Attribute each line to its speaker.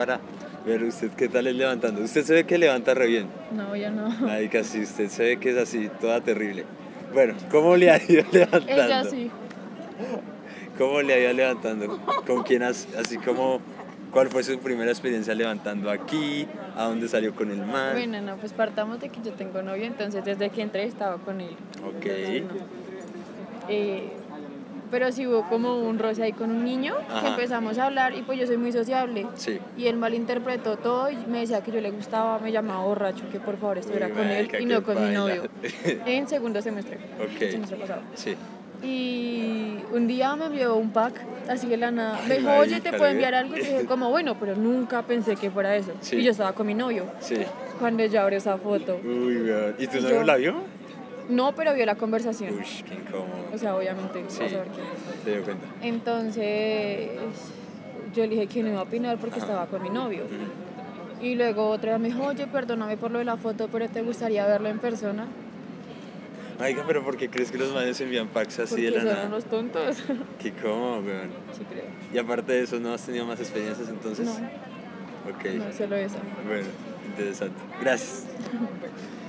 Speaker 1: Para ver usted qué tal es levantando. Usted se ve que levanta re bien.
Speaker 2: No, yo no.
Speaker 1: Ay, casi usted se ve que es así, toda terrible. Bueno, ¿cómo le ha ido levantando?
Speaker 2: Ella sí.
Speaker 1: ¿Cómo le ha ido levantando? ¿Con quién has, así como, cuál fue su primera experiencia levantando aquí? ¿A dónde salió con el man?
Speaker 2: Bueno, no, pues partamos de que yo tengo novio, entonces desde que entré estaba con él.
Speaker 1: Ok.
Speaker 2: Entonces, no. Eh, pero sí hubo como un roce ahí con un niño
Speaker 1: Ajá.
Speaker 2: que empezamos a hablar y pues yo soy muy sociable.
Speaker 1: Sí.
Speaker 2: Y él malinterpretó todo y me decía que yo le gustaba, me llamaba borracho, que por favor estuviera
Speaker 1: Uy,
Speaker 2: con él
Speaker 1: marica,
Speaker 2: y
Speaker 1: qué
Speaker 2: no con mi
Speaker 1: paila.
Speaker 2: novio. En segundo semestre.
Speaker 1: Ok.
Speaker 2: Semestre pasado.
Speaker 1: Sí.
Speaker 2: Y un día me envió un pack, así de la nada.
Speaker 1: Ay,
Speaker 2: me dijo,
Speaker 1: marica,
Speaker 2: oye, ¿te puedo
Speaker 1: ¿le?
Speaker 2: enviar algo? Y yo dije, como, bueno, pero nunca pensé que fuera eso.
Speaker 1: Sí.
Speaker 2: Y yo estaba con mi novio
Speaker 1: Sí.
Speaker 2: cuando ella abrió esa foto.
Speaker 1: Uy, weón. ¿Y tu
Speaker 2: Y
Speaker 1: novio
Speaker 2: yo-
Speaker 1: la vio?
Speaker 2: No, pero vio la conversación.
Speaker 1: Uy, qué incómodo.
Speaker 2: O sea, obviamente.
Speaker 1: Sí.
Speaker 2: vas a ver qué.
Speaker 1: Se dio cuenta.
Speaker 2: Entonces, yo le dije que no iba a opinar porque estaba con mi novio. Y luego otra vez me dijo, oye, perdóname por lo de la foto, pero ¿te gustaría verlo en persona?
Speaker 1: Marica, pero ¿por qué crees que los manes envían packs así
Speaker 2: Porque
Speaker 1: de la
Speaker 2: son
Speaker 1: nada?
Speaker 2: unos tontos.
Speaker 1: Qué cómodo, weón.
Speaker 2: sí, creo.
Speaker 1: Y aparte de eso, ¿no has tenido más experiencias entonces?
Speaker 2: No,
Speaker 1: Ok.
Speaker 2: no, solo eso.
Speaker 1: Bueno, interesante. Gracias.